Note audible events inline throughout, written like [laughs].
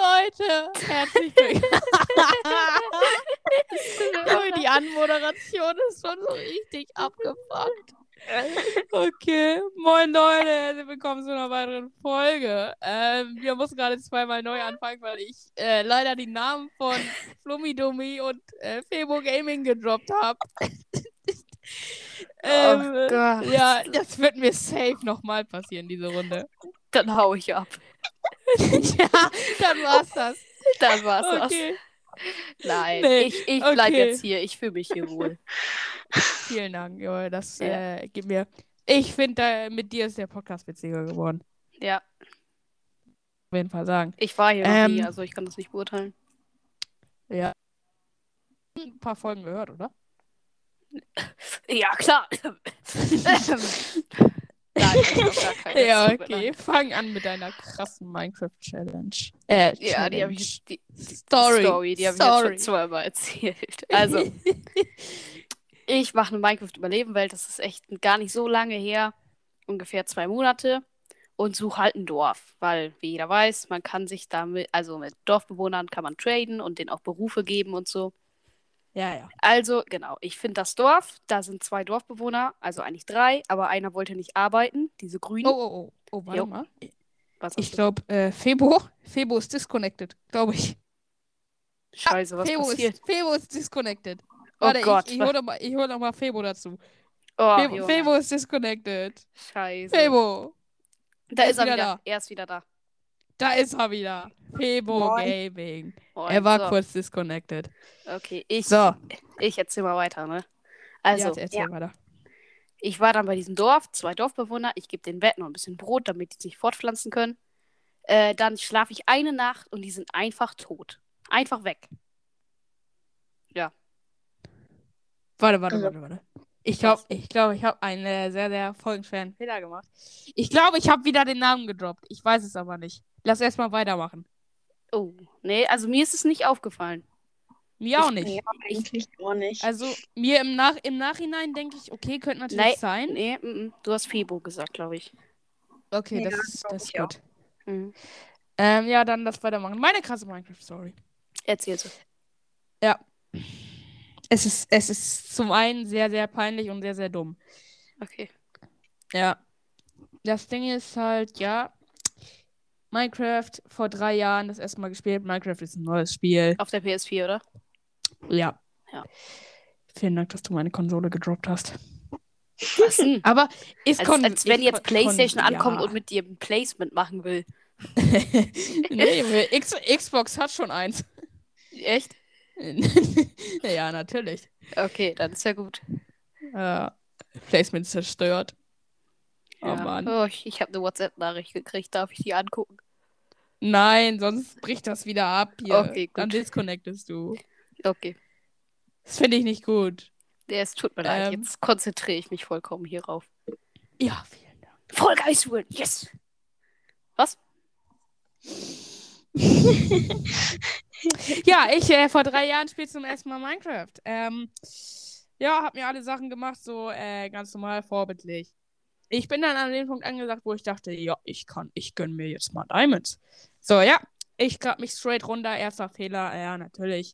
Leute, herzlich [laughs] [laughs] willkommen. Die Anmoderation ist schon so richtig abgefuckt. Okay, moin Leute, herzlich willkommen zu einer weiteren Folge. Ähm, wir mussten gerade zweimal neu anfangen, weil ich äh, leider die Namen von Flummidummi und äh, Febo Gaming gedroppt habe. ähm, Oh Gott. ja, das wird mir safe nochmal passieren, diese Runde. [laughs] Dann hau ich ab. ja, dann war's das. Dann war's Okay, das. Nein, Nee, ich, ich bleib okay. jetzt hier. Ich fühle mich hier wohl. vielen Dank, Joel. Das Ja. äh, gibt mir. Ich finde, mit dir ist der Podcast witziger geworden. Ja, Auf jeden Fall sagen. ich war hier noch Ähm. nie, also ich kann das nicht beurteilen. Ja. Ein paar Folgen gehört, oder? Ja, klar. [laughs] Nein, ich hab [laughs] gar keine. ja, Es tut mir okay. leid. Fang an mit deiner krassen Minecraft-Challenge. Äh, Ja, die Challenge. habe ich jetzt, die, die Story. Story, die habe ich jetzt Story. schon zweimal erzählt. [laughs] Also, Ich mache eine Minecraft-Überlebenwelt, das ist echt gar nicht so lange her, ungefähr zwei Monate, und suche halt ein Dorf, weil, wie jeder weiß, man kann sich damit, also mit Dorfbewohnern kann man traden und denen auch Berufe geben und so. ja, ja. Also, genau, ich finde das Dorf, da sind zwei Dorfbewohner, also eigentlich drei, aber einer wollte nicht arbeiten, diese Grünen. Oh, oh, oh. Oh, warte Mhm. Jo. mal. was Ich ich, glaube, äh, Febo. Febo ist disconnected, glaube ich. Scheiße, was Febo passiert? ist, Febo ist disconnected. Oh Warte, Gott, ich, ich was- hole nochmal hol noch mal Febo dazu. Oh, Febo, Junge, Febo ist disconnected. Scheiße. Febo, Da er ist ist er wieder wieder, da. er ist wieder da. da ist er wieder. Febo Moin. Gaming. Moin, Er war so. kurz disconnected. Okay, ich, So, ich erzähl mal weiter, ne? also, Also, jetzt erzähl weiter. Ich war dann bei diesem Dorf, zwei Dorfbewohner. Ich gebe den Wetten noch ein bisschen Brot, damit die sich fortpflanzen können. Äh, dann schlafe ich eine Nacht und die sind einfach tot. Einfach weg. Warte, warte, Also- warte, warte. Ich glaube, ich glaube, ich habe einen äh, sehr, sehr folgenschweren Fehler gemacht. Ich glaube, ich habe wieder den Namen gedroppt. Ich weiß es aber nicht. Lass erstmal weitermachen. Oh, nee, also mir ist es nicht aufgefallen. Mir auch nicht. Ja, eigentlich auch nicht. Also, mir im, Nach im Nachhinein denke ich, okay, könnte natürlich Nein. sein. Nee, mm, mm, du hast Febo gesagt, glaube ich. Okay, Ja, das, ist- glaub das ist ich auch. gut. Mhm. Ähm, ja, dann lass weitermachen. Meine krasse Minecraft-Story. Erzählte. Es ist, es ist zum einen sehr, sehr peinlich und sehr, sehr dumm. Okay. Ja. Das Ding ist halt, ja. Minecraft vor drei Jahren das erste Mal gespielt. Minecraft ist ein neues Spiel. Auf der PS4, oder? Ja. Ja. Vielen Dank, dass du meine Konsole gedroppt hast. Was denn? Aber ist Hm. Als, kon- als wenn ist jetzt kon- kon- PlayStation ankommt ja. und mit dir ein Placement machen will. [laughs] nee, Junge, X Xbox hat schon eins. [laughs] Echt? ja, natürlich. Okay, dann ist ja gut. Äh, Placement zerstört. Oh ja. Mann. Oh, ich ich habe eine WhatsApp-Nachricht gekriegt. Darf ich die angucken? Nein, sonst bricht das wieder ab hier. Okay, gut. Dann disconnectest du. Okay. Das finde ich nicht gut. Ja, es tut mir leid. Ähm. Jetzt konzentriere ich mich vollkommen hierauf. Ja, vielen Dank. Voll Guys holen. Yes! Was? Ja, ich äh, vor drei Jahren spiele zum ersten Mal Minecraft. Ähm, ja, hab mir alle Sachen gemacht, so äh, ganz normal, vorbildlich. Ich bin dann an dem Punkt angesagt, wo ich dachte, ja, ich kann, ich gönn mir jetzt mal Diamonds. So, ja, ich grab mich straight runter, erster Fehler, ja, natürlich.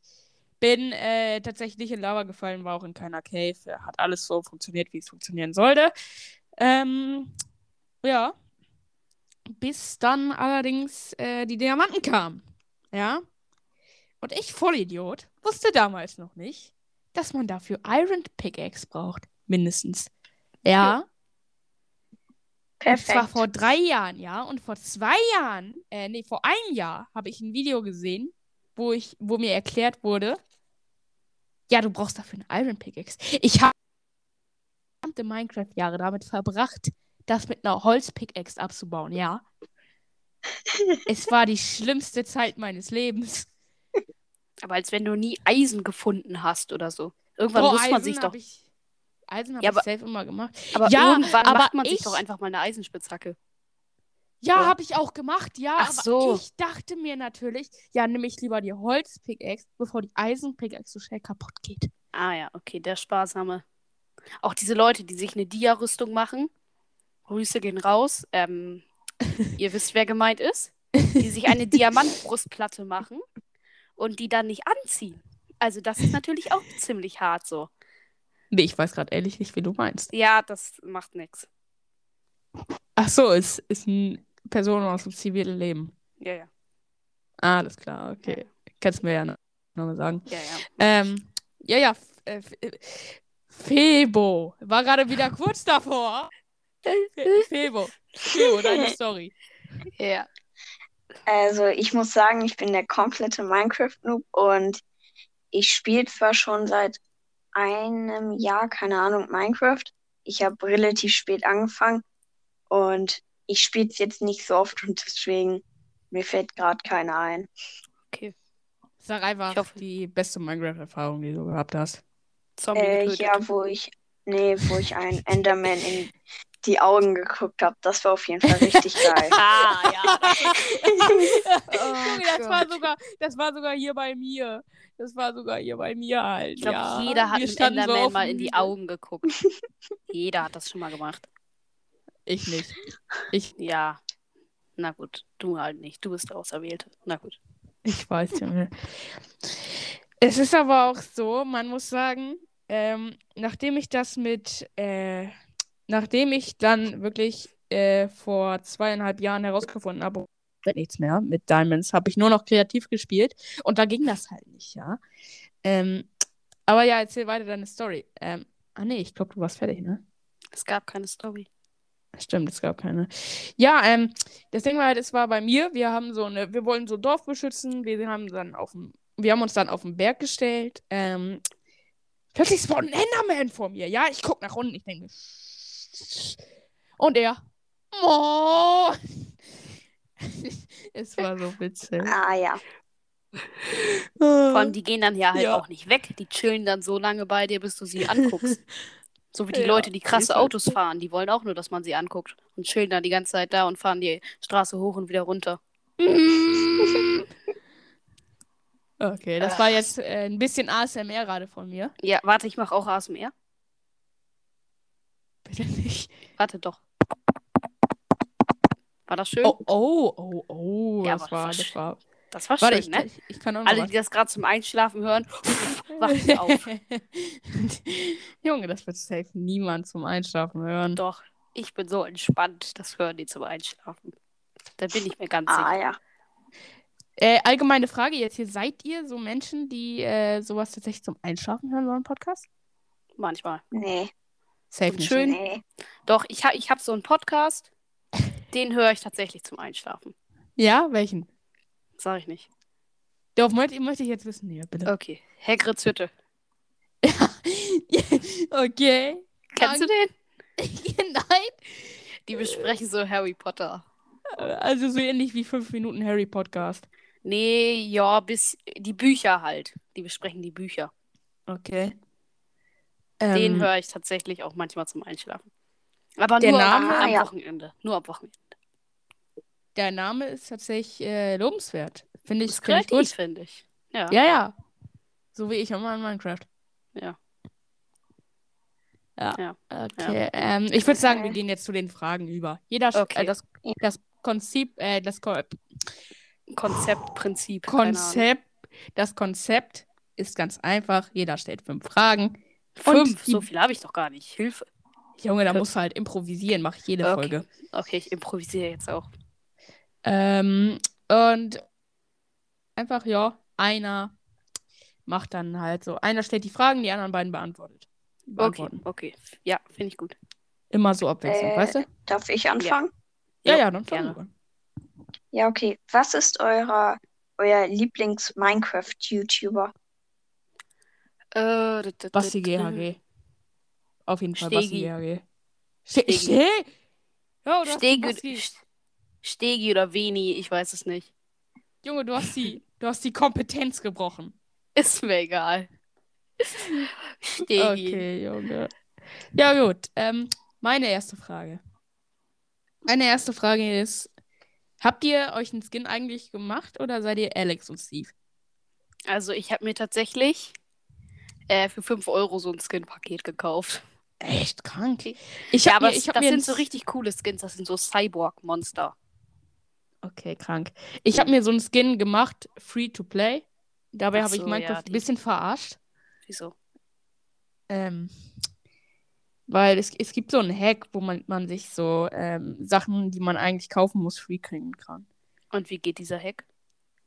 Bin äh, tatsächlich in Lava gefallen, war auch in keiner Cave, äh, hat alles so funktioniert, wie es funktionieren sollte. Ähm, ja. Bis dann allerdings äh, die Diamanten kamen. Ja. Und ich, Vollidiot, wusste damals noch nicht, dass man dafür Iron Pickaxe braucht. Mindestens. Ja. Perfekt. Das war vor drei Jahren, ja. Und vor zwei Jahren, äh, nee, vor einem Jahr habe ich ein Video gesehen, wo ich, wo mir erklärt wurde, ja, du brauchst dafür eine Iron Pickaxe. Ich habe gesamte Minecraft-Jahre damit verbracht, das mit einer Holz-Pickaxe abzubauen, [laughs] ja. es war die schlimmste Zeit meines Lebens. Aber als wenn du nie Eisen gefunden hast oder so. Irgendwann muss man Eisen sich hab doch. Ich, Eisen habe Ja, ich aber- safe immer gemacht. Aber Ja, irgendwann aber macht man sich ich- doch einfach mal eine Eisenspitzhacke. Ja, Ja. habe ich auch gemacht, ja. Ach aber so. ich dachte mir natürlich, ja, nehme ich lieber die Holzpickaxe, bevor die Eisenpickaxe so schnell kaputt geht. Ah ja, okay, der sparsame. Auch diese Leute, die sich [laughs] eine Dia-Rüstung machen. Grüße gehen raus. Ähm, ihr wisst, wer gemeint ist. die sich eine Diamantbrustplatte machen und die dann nicht anziehen. Also das ist natürlich auch ziemlich hart so. Nee, ich weiß gerade ehrlich nicht, wie du meinst. Ja, das macht nichts. Ach so, es ist eine Person aus dem zivilen Leben. Ja, ja, Ah, alles klar, okay. Kannst mir ja noch- noch mal sagen. ja, ja. Ähm, ja, ja. F äh, F äh, Febo. War gerade wieder kurz davor. Fe Febo. Febo, [laughs] deine Story. ja. Also ich muss sagen, ich bin der komplette Minecraft-Noob und ich spiele zwar schon seit einem Jahr, keine Ahnung, Minecraft. Ich habe relativ spät angefangen und ich spiele es jetzt nicht so oft und deswegen mir fällt gerade keiner ein. Sag einfach Ich hoffe- die beste Minecraft-Erfahrung, die du gehabt hast. Zombie Äh, getötet. ja, wo ich, nee, wo ich [laughs] einen Enderman in die Augen geguckt habe, das war auf jeden Fall richtig [laughs] geil. Ah, ja. das- Oh Junge, Oh das war sogar, das war sogar hier bei mir. Das war sogar hier bei mir halt. Ich glaube, ja. jeder hat Wir einem standen so Enderman auf mal dem in die Hügel. Augen geguckt. [laughs] jeder hat das schon mal gemacht. Ich nicht. Ich, Ja. Na gut, du halt nicht. Du bist der Auserwählte. Na gut. ich weiß, Junge. Es ist aber auch so, man muss sagen, ähm, nachdem ich das mit, äh, nachdem ich dann wirklich äh, vor zweieinhalb Jahren herausgefunden habe, wird nichts mehr mit Diamonds, habe ich nur noch kreativ gespielt und da ging das halt nicht, ja. Ähm, aber ja, erzähl weiter deine Story. Ähm, ah nee, ich glaube, du warst fertig, ne? Es gab keine Story. Stimmt, es gab keine. Ja, ähm, das Ding war halt, es war bei mir, wir haben so eine, wir wollten so ein Dorf beschützen, wir haben dann auf dem, wir haben uns dann auf den Berg gestellt, ähm, plötzlich spawnt ein Enderman vor mir, ja, ich guck nach unten, ich denke, und er, Mo! es war so witzig. Ah ja, Vor allem, die gehen dann ja halt Ja. auch nicht weg. Die chillen dann so lange bei dir, bis du [laughs] sie anguckst. So wie die Ja, Leute, die ist krasse halt Autos fahren. Die wollen auch nur, dass man sie anguckt. Und chillen dann die ganze Zeit da und fahren die Straße hoch und wieder runter. [laughs] Okay, das war jetzt äh, ein bisschen ASMR gerade von mir. Ja, warte, ich mache auch ASMR. Bitte nicht. Warte doch. War das schön? Oh, oh, oh, oh, Ja, das aber war, das das war. Das war schön, Warte, ich, ne? ich, ich kann auch noch Alle, was. die das gerade zum Einschlafen hören, [laughs] [laughs] wachen auf. Junge, das wird safe niemand zum Einschlafen hören. Doch, ich bin so entspannt, das hören die zum Einschlafen. Da bin ich mir ganz ah sicher. ja. Äh, allgemeine Frage jetzt hier: Seid ihr so Menschen, die äh, sowas tatsächlich zum Einschlafen hören, so einen Podcast? Manchmal. Nee, Safe Und nicht. schön- nee. Doch, ich, ha ich habe so einen Podcast, den höre ich tatsächlich zum Einschlafen. Ja, welchen? Sag ich nicht. Darauf möchte, möchte ich jetzt wissen, ja, [laughs] bitte. Okay. Hagrid's Hütte. [laughs] okay. Kennst du den? Nein. Die besprechen so Harry Potter. Also so ähnlich wie 5 Minuten Harry Podcast. Nee, ja, bis die Bücher halt. Die besprechen die Bücher. Okay. Den höre ich tatsächlich auch manchmal zum Einschlafen. Aber Ähm. Der nur Name? am, Ah, am ja. Wochenende. Nur am Wochenende. Der Name ist tatsächlich äh, lobenswert. Finde ich, Ist find ich gut. kreativ, finde ich. Ja. Ja, ja. So wie ich immer in Minecraft. Ja. Ja. Ja. Okay. Ähm, ich würde sagen, wir Okay. gehen jetzt zu den Fragen über. Jeder sch- Okay. äh, das, das Konzept, äh, das Ko Konzept, Prinzip. keine Ahnung. Konzept, das Konzept ist ganz einfach. Jeder stellt fünf Fragen. Fünf, Und die- so viel habe ich doch gar nicht. Hilfe. Junge, da Okay. musst du halt improvisieren, mache ich jede Okay. Folge. Okay, ich improvisiere jetzt auch. Ähm, und einfach, ja, einer macht dann halt so. Einer stellt die Fragen, die anderen beiden beantwortet. Okay, Beantworten. okay. Ja, finde ich gut. Immer so abwechselnd, Äh, weißt du? Darf ich anfangen? Ja, jo, ja, dann fang gerne. du an. Ja, okay. Was ist eurer, euer [laughs] Lieblings-Minecraft-YouTuber? Äh, d- d- Basti d- GHG. Auf jeden Fall Basti Stegi. GHG. Ste Stegi. Ste Oh, ja, du hast Stegi, Basti. St- Stegi oder Veni, ich weiß es nicht. [laughs] Junge, du hast die, du hast die Kompetenz gebrochen. Ist mir egal. Stegi. Okay, Junge. Ja, gut. Ähm, meine erste Frage. Meine erste Frage ist: Habt ihr euch einen Skin eigentlich gemacht oder seid ihr Alex und Steve? Also ich habe mir tatsächlich äh, für 5 Euro so ein Skin-Paket gekauft. Echt krank. Ich hab ja, aber mir, ich hab das mir sind ein- so richtig coole Skins, das sind so Cyborg-Monster. Okay, krank. Ich habe mir so einen Skin gemacht, free to play. Dabei Mhm. Ach habe ich so, Minecraft ja, ein die- bisschen verarscht. Wieso? Ähm, weil es, es gibt so einen Hack, wo man, man sich so ähm, Sachen, die man eigentlich kaufen muss, free kriegen kann. Und wie geht dieser Hack?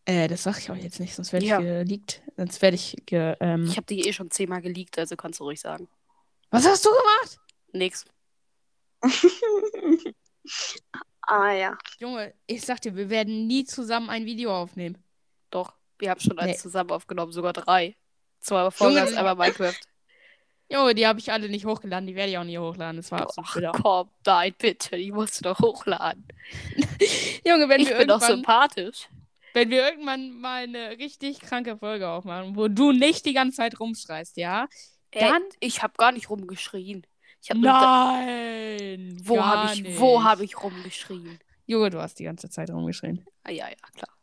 Äh, das sag ich euch jetzt nicht, sonst werde Ja. ich geleakt. Sonst werde ich ge, ähm... Ich habe die eh schon zehnmal geleakt, also kannst du ruhig sagen. Was hast du gemacht? Nix. ah ja. Junge, ich sag dir, wir werden nie zusammen ein Video aufnehmen. Doch, wir haben schon eins Nee. zusammen aufgenommen, sogar drei. Zweimal Vollgas, Junge. einmal Minecraft. Junge, die habe ich alle nicht hochgeladen, die werde ich auch nicht hochladen. Das war absolut Ach bitter. komm, nein, bitte, die musst du doch hochladen. Junge, wenn ich wir, bin doch irgendwann, sympathisch. wenn wir irgendwann mal eine richtig kranke Folge aufmachen, wo du nicht die ganze Zeit rumschreist, ja? Dann? Äh, ich habe gar nicht rumgeschrien. Ich hab nur gedacht, Nein! wo gar habe ich, nicht. wo hab ich rumgeschrien? Junge, du hast die ganze Zeit rumgeschrien. Ah, ja, ja, klar.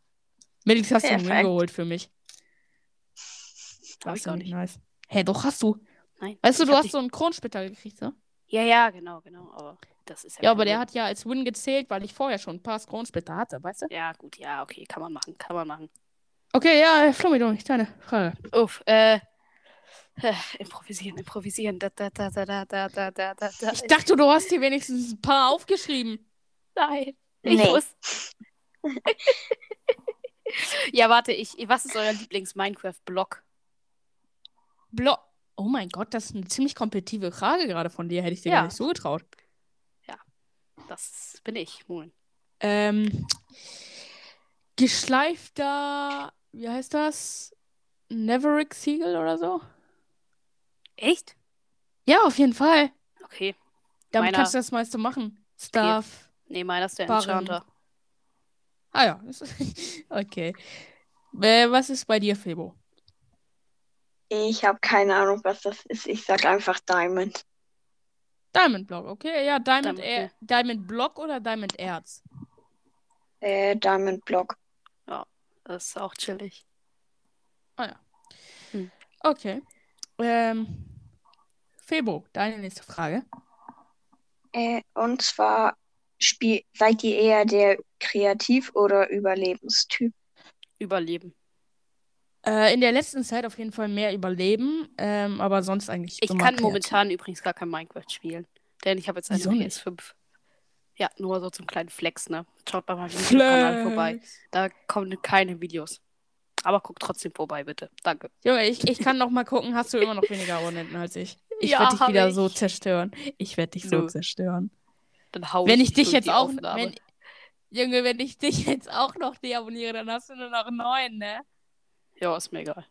Melix hast du einen Win Perfekt. geholt für mich. Hab Das ich ist gar nämlich nicht. nice. Hä, doch hast du. Nein. Weißt du, ich du hab hast dich- so einen Kronspitzer gekriegt, ne? Ja, ja, genau, genau. Aber das ist ja. Ja, kein aber der Win. hat ja als Win gezählt, weil ich vorher schon ein paar Kronsplitter hatte, weißt du? Ja, gut, ja, okay, kann man machen, kann man machen. Okay, ja, äh, Flummi, du, deine Frage. Uff, äh. äh, Improvisieren, improvisieren. Da, da, da, da, da, da, da, da, da. da. Ich dachte, du hast dir wenigstens ein paar aufgeschrieben. nein. Ich Nee. muss. [laughs] ja, warte, ich. Was ist euer Lieblings-Minecraft-Block? Blo oh mein Gott, das ist eine ziemlich kompetitive Frage gerade von dir, hätte ich dir Ja. gar nicht zugetraut. Das bin ich, Moin. Ähm, geschleifter, wie heißt das? Neverick Siegel oder so? Echt? Ja, auf jeden Fall. Okay. Damit Meiner- kannst du das meiste machen. Stuff. Nee, meiner ist der Barren. Enchanter. Ah ja. [laughs] okay. Äh, was ist bei dir, Febo? Ich habe keine Ahnung, was das ist. Ich sag einfach Diamond. Diamond Block, okay. Ja, Diamond, Diamond, er ja. Diamond Block oder Diamond Erz? Äh, Diamond Block. Das ist auch chillig. Ah ja. Hm. Okay. Ähm, Febo, deine nächste Frage. Äh, und zwar spiel seid ihr eher der Kreativ- oder Überlebenstyp? Überleben. Äh, in der letzten Zeit auf jeden Fall mehr überleben, ähm, aber sonst eigentlich Ich immer kann kreativ. momentan übrigens gar kein Minecraft spielen. Denn ich habe jetzt eine Wieso nicht? PS5. Ja, nur so zum kleinen Flex, ne? Schaut bei meinem Flex. Videokanal vorbei. Da kommen keine Videos. Aber guckt trotzdem vorbei, bitte. Danke. Junge, ich, ich kann noch mal gucken, hast du immer noch weniger Abonnenten als ich? Ich Ja, werde dich hab wieder ich. so zerstören. Ich werde dich so Nö. zerstören. Dann hau wenn ich ich dich durch jetzt die auch, Aufnahme. wenn, Junge, wenn ich dich jetzt auch noch deabonniere, dann hast du nur noch neun, ne? Ja, ist mir egal.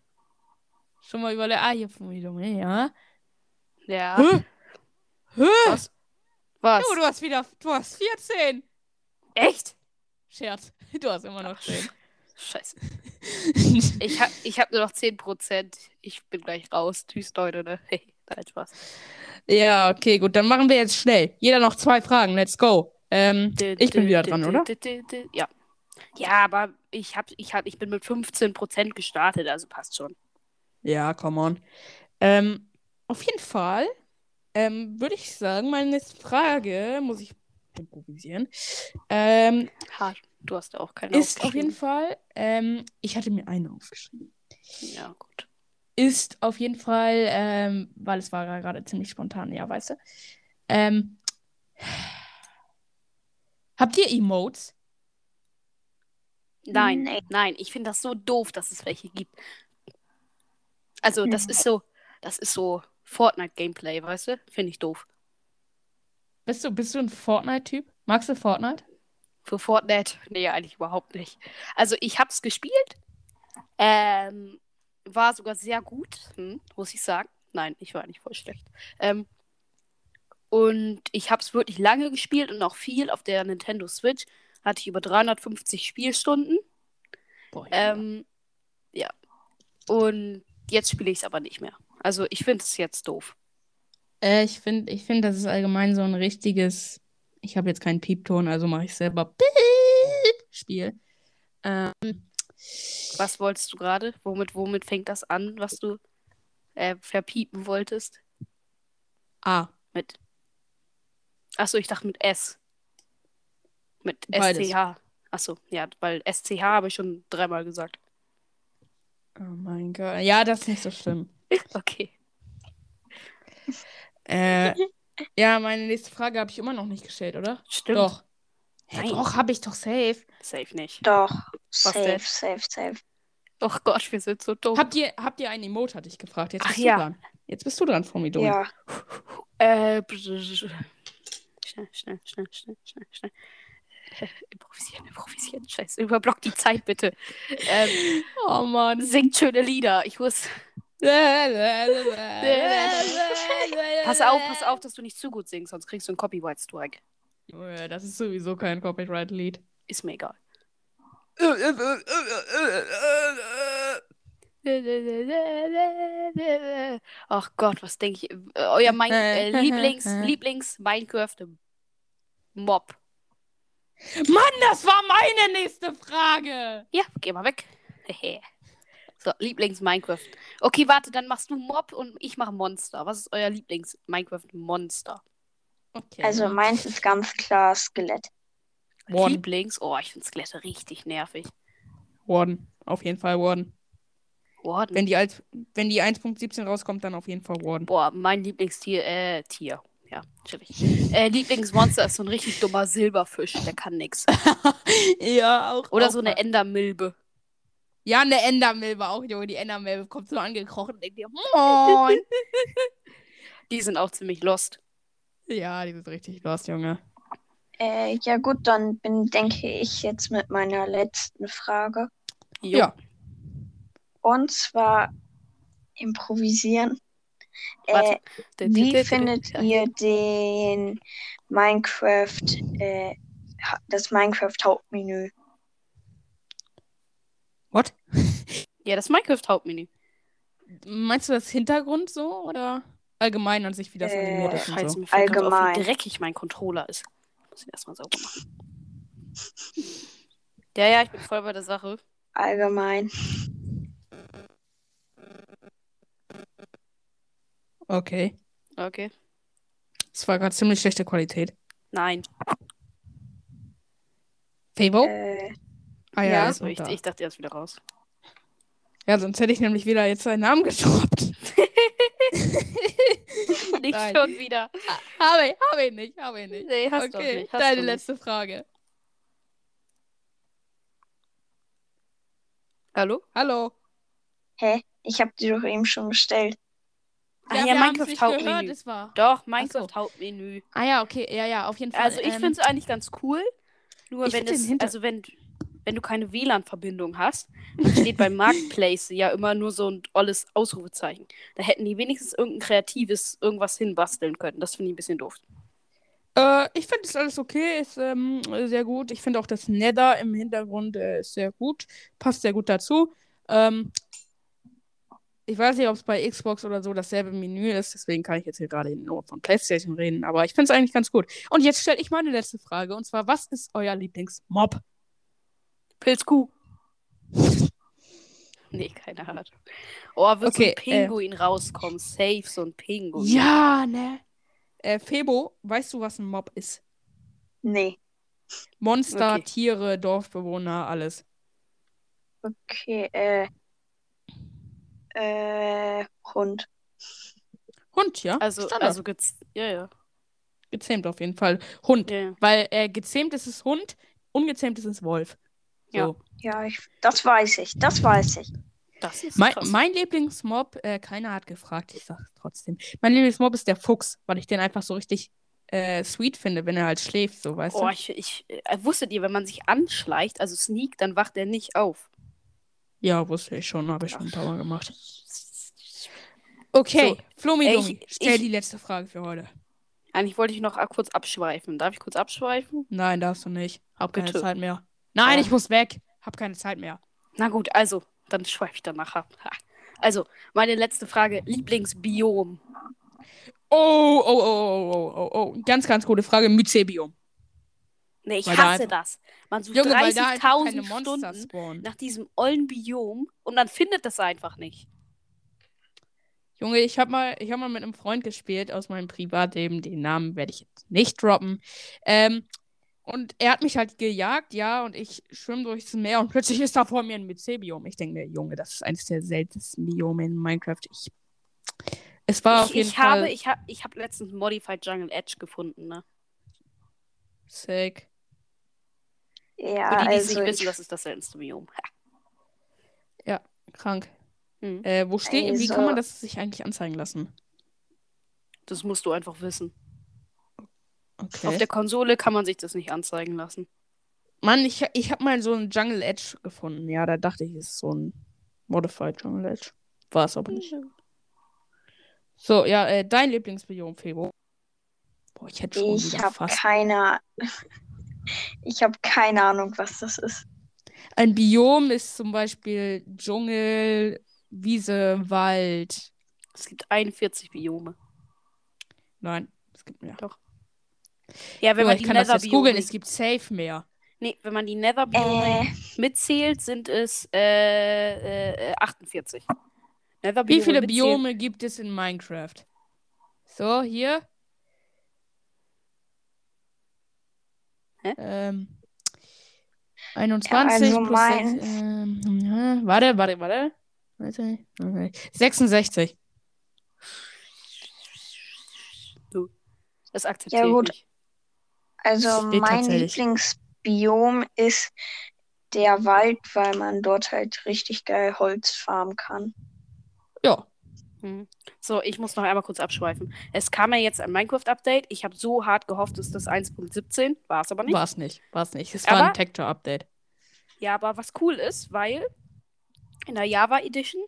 Schon mal überlegt, ah, hier von Junge, ja. Ja. Hä? Hä? Was? Was? Junge, du hast wieder, du hast 14. Echt? Scherz, du hast immer noch 10. Scheiße. Ich hab, ich hab nur noch 10%. Ich bin gleich raus. Tschüss, Leute, ne? [laughs] Hey, nein, Spaß. [laughs] ja, okay, gut, dann machen wir jetzt schnell. Jeder noch zwei Fragen, let's go. Ähm, ich bin wieder dran, oder? Ja. Ja, aber ich, hab, ich, hab, ich bin mit 15% gestartet, also passt schon. Ja, come on. Ähm, auf jeden Fall ähm, würde ich sagen, meine nächste Frage muss ich improvisieren. Ähm, Ha, du hast auch keine ist auf jeden Fall, ähm, ich hatte mir eine aufgeschrieben. Fall. Ja, gut. Ist auf jeden Fall, ähm, weil es war ja gerade ziemlich spontan, ja, weißt du. Ähm, habt ihr Emotes? Nein, Nee. nein, ich finde das so doof, dass es welche gibt. Also, das Mhm. ist so, das ist so Fortnite-Gameplay, weißt du? Finde ich doof. Bist du, bist du ein Fortnite-Typ? Magst du Fortnite? Für Fortnite? Nee, eigentlich überhaupt nicht. Also ich hab's gespielt. Ähm, war sogar sehr gut, hm, muss ich sagen. Nein, ich war eigentlich voll schlecht. Ähm, und ich hab's wirklich lange gespielt und auch viel auf der Nintendo Switch. Hatte ich über 350 Spielstunden. Boah, Junge. Ähm, ja. Und jetzt spiele ich es aber nicht mehr. Also ich finde es jetzt doof. Äh, ich finde, ich find, das ist allgemein so ein richtiges. Ich habe jetzt keinen Piepton, also mache ich selber Piep Spiel. Ähm, Was wolltest du gerade? Womit, womit fängt das an, was du äh, verpiepen wolltest? ah, Mit. Achso, ich dachte mit S. Mit Beides. SCH. Achso, ja, weil SCH habe ich schon dreimal gesagt. [laughs] Oh mein Gott. Ja, das ist nicht so schlimm. Okay. Äh, ja, meine nächste Frage habe ich immer noch nicht gestellt, oder? Stimmt. Doch. Ja, Nein. doch, habe ich doch safe. Safe nicht. Doch. Was Safe, denn? safe, safe. Oh Gott, wir sind so dumm. Habt ihr, habt ihr ein Emote, hatte ich gefragt. Jetzt Ach bist ja. du dran. Jetzt bist du dran, Formidol. Ja. Äh, brr- schnell, schnell, schnell, schnell, schnell, schnell. [laughs] Äh, improvisieren, improvisieren. Scheiße, überblock die Zeit bitte. [laughs] Ähm, Oh [laughs] Mann. singt schöne Lieder. Ich muss. Pass pass auf, pass Äh. auf, dass du nicht zu gut singst, sonst kriegst du einen Copyright-Strike. Junge, das ist sowieso kein Copyright-Lied. Ist mir egal. Ach Gott, was denke ich? Äh, Euer mein äh, Lieblings, Lieblings Minecraft Mob. Mann, das war meine nächste Frage. Ja, geh mal weg. [laughs] Hehe. so, Lieblings Minecraft. Okay, warte, dann machst du Mob und ich mache Monster. Was ist euer Lieblings Minecraft Monster? Okay. Also meins ist ganz klar Skelett. Warden. Lieblings? Oh, ich finde Skelette richtig nervig. Warden. Auf jeden Fall Warden. Warden. Wenn die, als, wenn die 1.17 rauskommt, dann auf jeden Fall Warden. Boah, mein Lieblingstier, äh, Tier. Ja, chillig. Äh, Lieblingsmonster ist so ein richtig dummer Silberfisch, der kann nix. ja, auch. Oder so eine Endermilbe. Ja, eine Endermilbe auch, Junge. Die Endermilbe kommt so angekrochen und [laughs] denkt dir, moin. Die sind auch ziemlich lost. ja, die sind richtig los, Junge. Äh, ja gut, dann bin, denke ich, jetzt mit meiner letzten Frage. Jo. Ja. Und zwar improvisieren. Warte. Äh, wie findet ihr den Minecraft, äh, ha- das Minecraft Hauptmenü? What? Ja, das Minecraft-Hauptmenü. Meinst du das Hintergrund so oder allgemein an sich, wie das Äh, animiert ist und Scheiße, so? mir fällt grad auf, wie Allgemein. dreckig mein Controller ist. Muss ihn erstmal sauber machen. Ja, ja, ich bin voll bei der Sache. Allgemein. Okay. Okay. Das war gerade ziemlich schlechte Qualität. Nein. Oh. Fabo? Äh, ah ja, er ist Also auch ich, da. ich dachte, er ist wieder raus. Ja, sonst hätte ich nämlich wieder jetzt seinen Namen [laughs] gedroppt. Nicht Nein. schon wieder. habe ich, habe ich nicht, habe ich nicht. Nee, hast du okay, nicht. Hast deine du nicht. letzte Frage. Hallo? Hallo. hä? Ich habe die doch eben schon gestellt. Ah, Ja, ja, wir haben's nicht Minecraft-Hauptmenü. gehört, es war. Doch, Minecraft-Hauptmenü. Ah ja, okay, ja, ja, auf jeden Fall. Also ich ähm, finde es eigentlich ganz cool. Nur Ich wenn find den es, Hinter- also wenn, wenn du keine WLAN-Verbindung hast, dann [laughs] steht bei Marketplace ja immer nur so ein olles Ausrufezeichen. Da hätten die wenigstens irgendein kreatives irgendwas hinbasteln können. Das finde ich ein bisschen doof. Äh, ich finde es alles okay, ist ähm, sehr gut. Ich finde auch das Nether im Hintergrund äh, ist sehr gut, passt sehr gut dazu. Ähm, ich weiß nicht, ob es bei Xbox oder so dasselbe Menü ist, deswegen kann ich jetzt hier gerade nur von PlayStation reden, aber ich finde es eigentlich ganz gut. Und jetzt stelle ich meine letzte Frage, und zwar, was ist euer Lieblingsmob? Pilzkuh. [laughs] Nee, keine Ahnung. Oh, wird Okay, äh. so ein Pinguin rauskommen. Safe, so ein Pinguin. Ja, ne? Äh, Febo, weißt du, was ein Mob ist? Nee. Monster, Okay. Tiere, Dorfbewohner, alles. Okay, äh. Äh, Hund. Hund, ja? Also, Standard. also gez ja, ja, gezähmt auf jeden Fall. Hund. ja, ja. Weil äh, gezähmt ist es Hund, ungezähmt ist es Wolf. So. Ja. Ja, ich, das weiß ich, das weiß ich. Das ist Mein, krass. mein Lieblingsmob, äh, keiner hat gefragt, ich sag's trotzdem. Mein Lieblingsmob ist der Fuchs, weil ich den einfach so richtig äh, sweet finde, wenn er halt schläft, so weißt Oh, du. ich, ich, äh, wusstet ihr, wenn man sich anschleicht, also sneakt, dann wacht er nicht auf. Ja, wusste ich schon, habe ich schon ein paar Mal gemacht. Okay, Okay, so, Flomi, ey, Domi, ich- stell ich- die letzte Frage für heute. Eigentlich wollte ich noch ah, kurz abschweifen. Darf ich kurz abschweifen? Nein, darfst du nicht. Hab keine Bitte. Zeit mehr. Nein, Ja. ich muss weg. Hab keine Zeit mehr. Na gut, also, dann schweife ich danach ab. Ha. Also, meine letzte Frage: Lieblingsbiom. Oh, oh, oh, oh, oh, oh, oh. Ganz, ganz gute Frage. Mycebium. Nee, ich Weil da hasse das. Man sucht Junge, weil da einfach keine 30.000 Monster Stunden spawnen. nach diesem ollen Biom und dann findet das einfach nicht. Junge, ich habe mal, ich hab mal mit einem Freund gespielt aus meinem Privatleben. Den Namen werde ich jetzt nicht droppen. Ähm, Und er hat mich halt gejagt, ja, und ich schwimme durchs Meer und plötzlich ist da vor mir ein Mycelium. Ich denke, Junge, das ist eines der seltensten Biome in Minecraft. Ich, es war auf ich, jeden ich Fall habe, ich habe, ich habe letztens Modified Jungle Edge gefunden, ne? sick. Ja, Für die, die es also nicht wissen, ich, das ist das seltenste Biom. Krank. Hm. Äh, wo steht, wie Also- kann man das sich eigentlich anzeigen lassen? Das musst du einfach wissen. Okay. Auf der Konsole kann man sich das nicht anzeigen lassen. Mann, ich, ich habe mal so einen Jungle Edge gefunden. Ja, da dachte ich, es ist so ein Modified Jungle Edge. War es aber nicht. So, ja, äh, dein Lieblingsbiom, Febo. Boah, ich hätte schon ich wieder habe fast. keine, [laughs] ich habe keine Ahnung, was das ist. Ein Biom ist zum Beispiel Dschungel, Wiese, Wald. Es gibt 41 Biome. Nein, es gibt mehr. Ja, Junge, wenn man ich die kann das jetzt googeln, Nether-Biome es gibt safe mehr. nee, wenn man die Nether-Biome Äh, mitzählt, sind es äh, äh, 48. Wie Nether-Biome viele mitzählen- Biome gibt es in Minecraft? So, hier. Hä? Ähm, 21 also plus sechs- meins. ähm, ja, warte, warte, warte. Warte. Okay. 66. Das akzeptiere Ja, ich gut. nicht. also Steht mein tatsächlich. Lieblingsbiom ist der Wald, weil man dort halt richtig geil Holz farmen kann. Ja. Mhm. So, ich muss noch einmal kurz abschweifen. Es kam ja jetzt ein Minecraft-Update. Ich habe so hart gehofft, es ist 1.17. War es aber nicht. War es nicht. War es nicht. Es Aber- war ein Texture-Update. Ja, aber was cool ist, weil in der Java Edition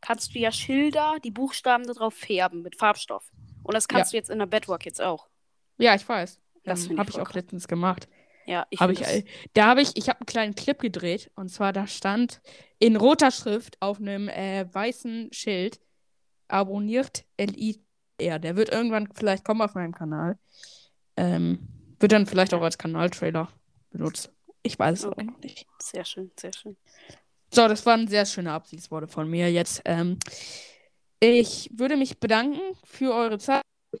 kannst du ja Schilder, die Buchstaben da drauf färben mit Farbstoff. Und das kannst du jetzt in der Bedrock jetzt auch. Ja, ich weiß. Das Ähm, find ich habe ich voll auch krass. letztens gemacht. Ja, ich Hab find ich, das- äh, da habe ich, ich habe einen kleinen Clip gedreht und zwar da stand in roter Schrift auf einem äh, weißen Schild abonniert LIR. Der wird irgendwann vielleicht kommen auf meinem Kanal. Ähm, wird dann vielleicht auch als Kanaltrailer benutzt. Ich weiß es Okay. auch noch nicht. sehr schön, sehr schön. So, das waren sehr schöne Abschiedsworte von mir jetzt. Ähm, ich würde mich bedanken für eure Zeit, dass es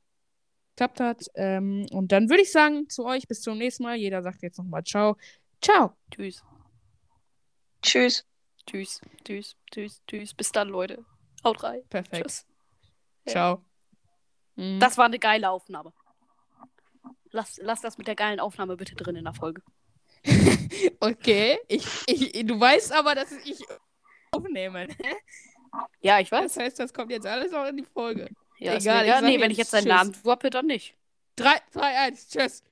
geklappt hat. Ähm, und dann würde ich sagen zu euch bis zum nächsten Mal. Jeder sagt jetzt nochmal Ciao. Ciao. Tschüss, Tschüss. tschüss, tschüss, tschüss, tschüss. Bis dann, Leute. Haut rein. Perfekt. Tschüss. Ja. Ciao. Mhm. Das war eine geile Aufnahme. Lass, lass das mit der geilen Aufnahme bitte drin in der Folge. [laughs] okay. Ich, ich, du weißt aber, dass ich aufnehme. ne? Ja, ich weiß. Das heißt, das kommt jetzt alles noch in die Folge. Ja, ist Egal, mir ich egal. sag Nee, wenn jetzt ich jetzt seinen Tschüss. Namen droppe, dann nicht. 3, 2, 1. Tschüss.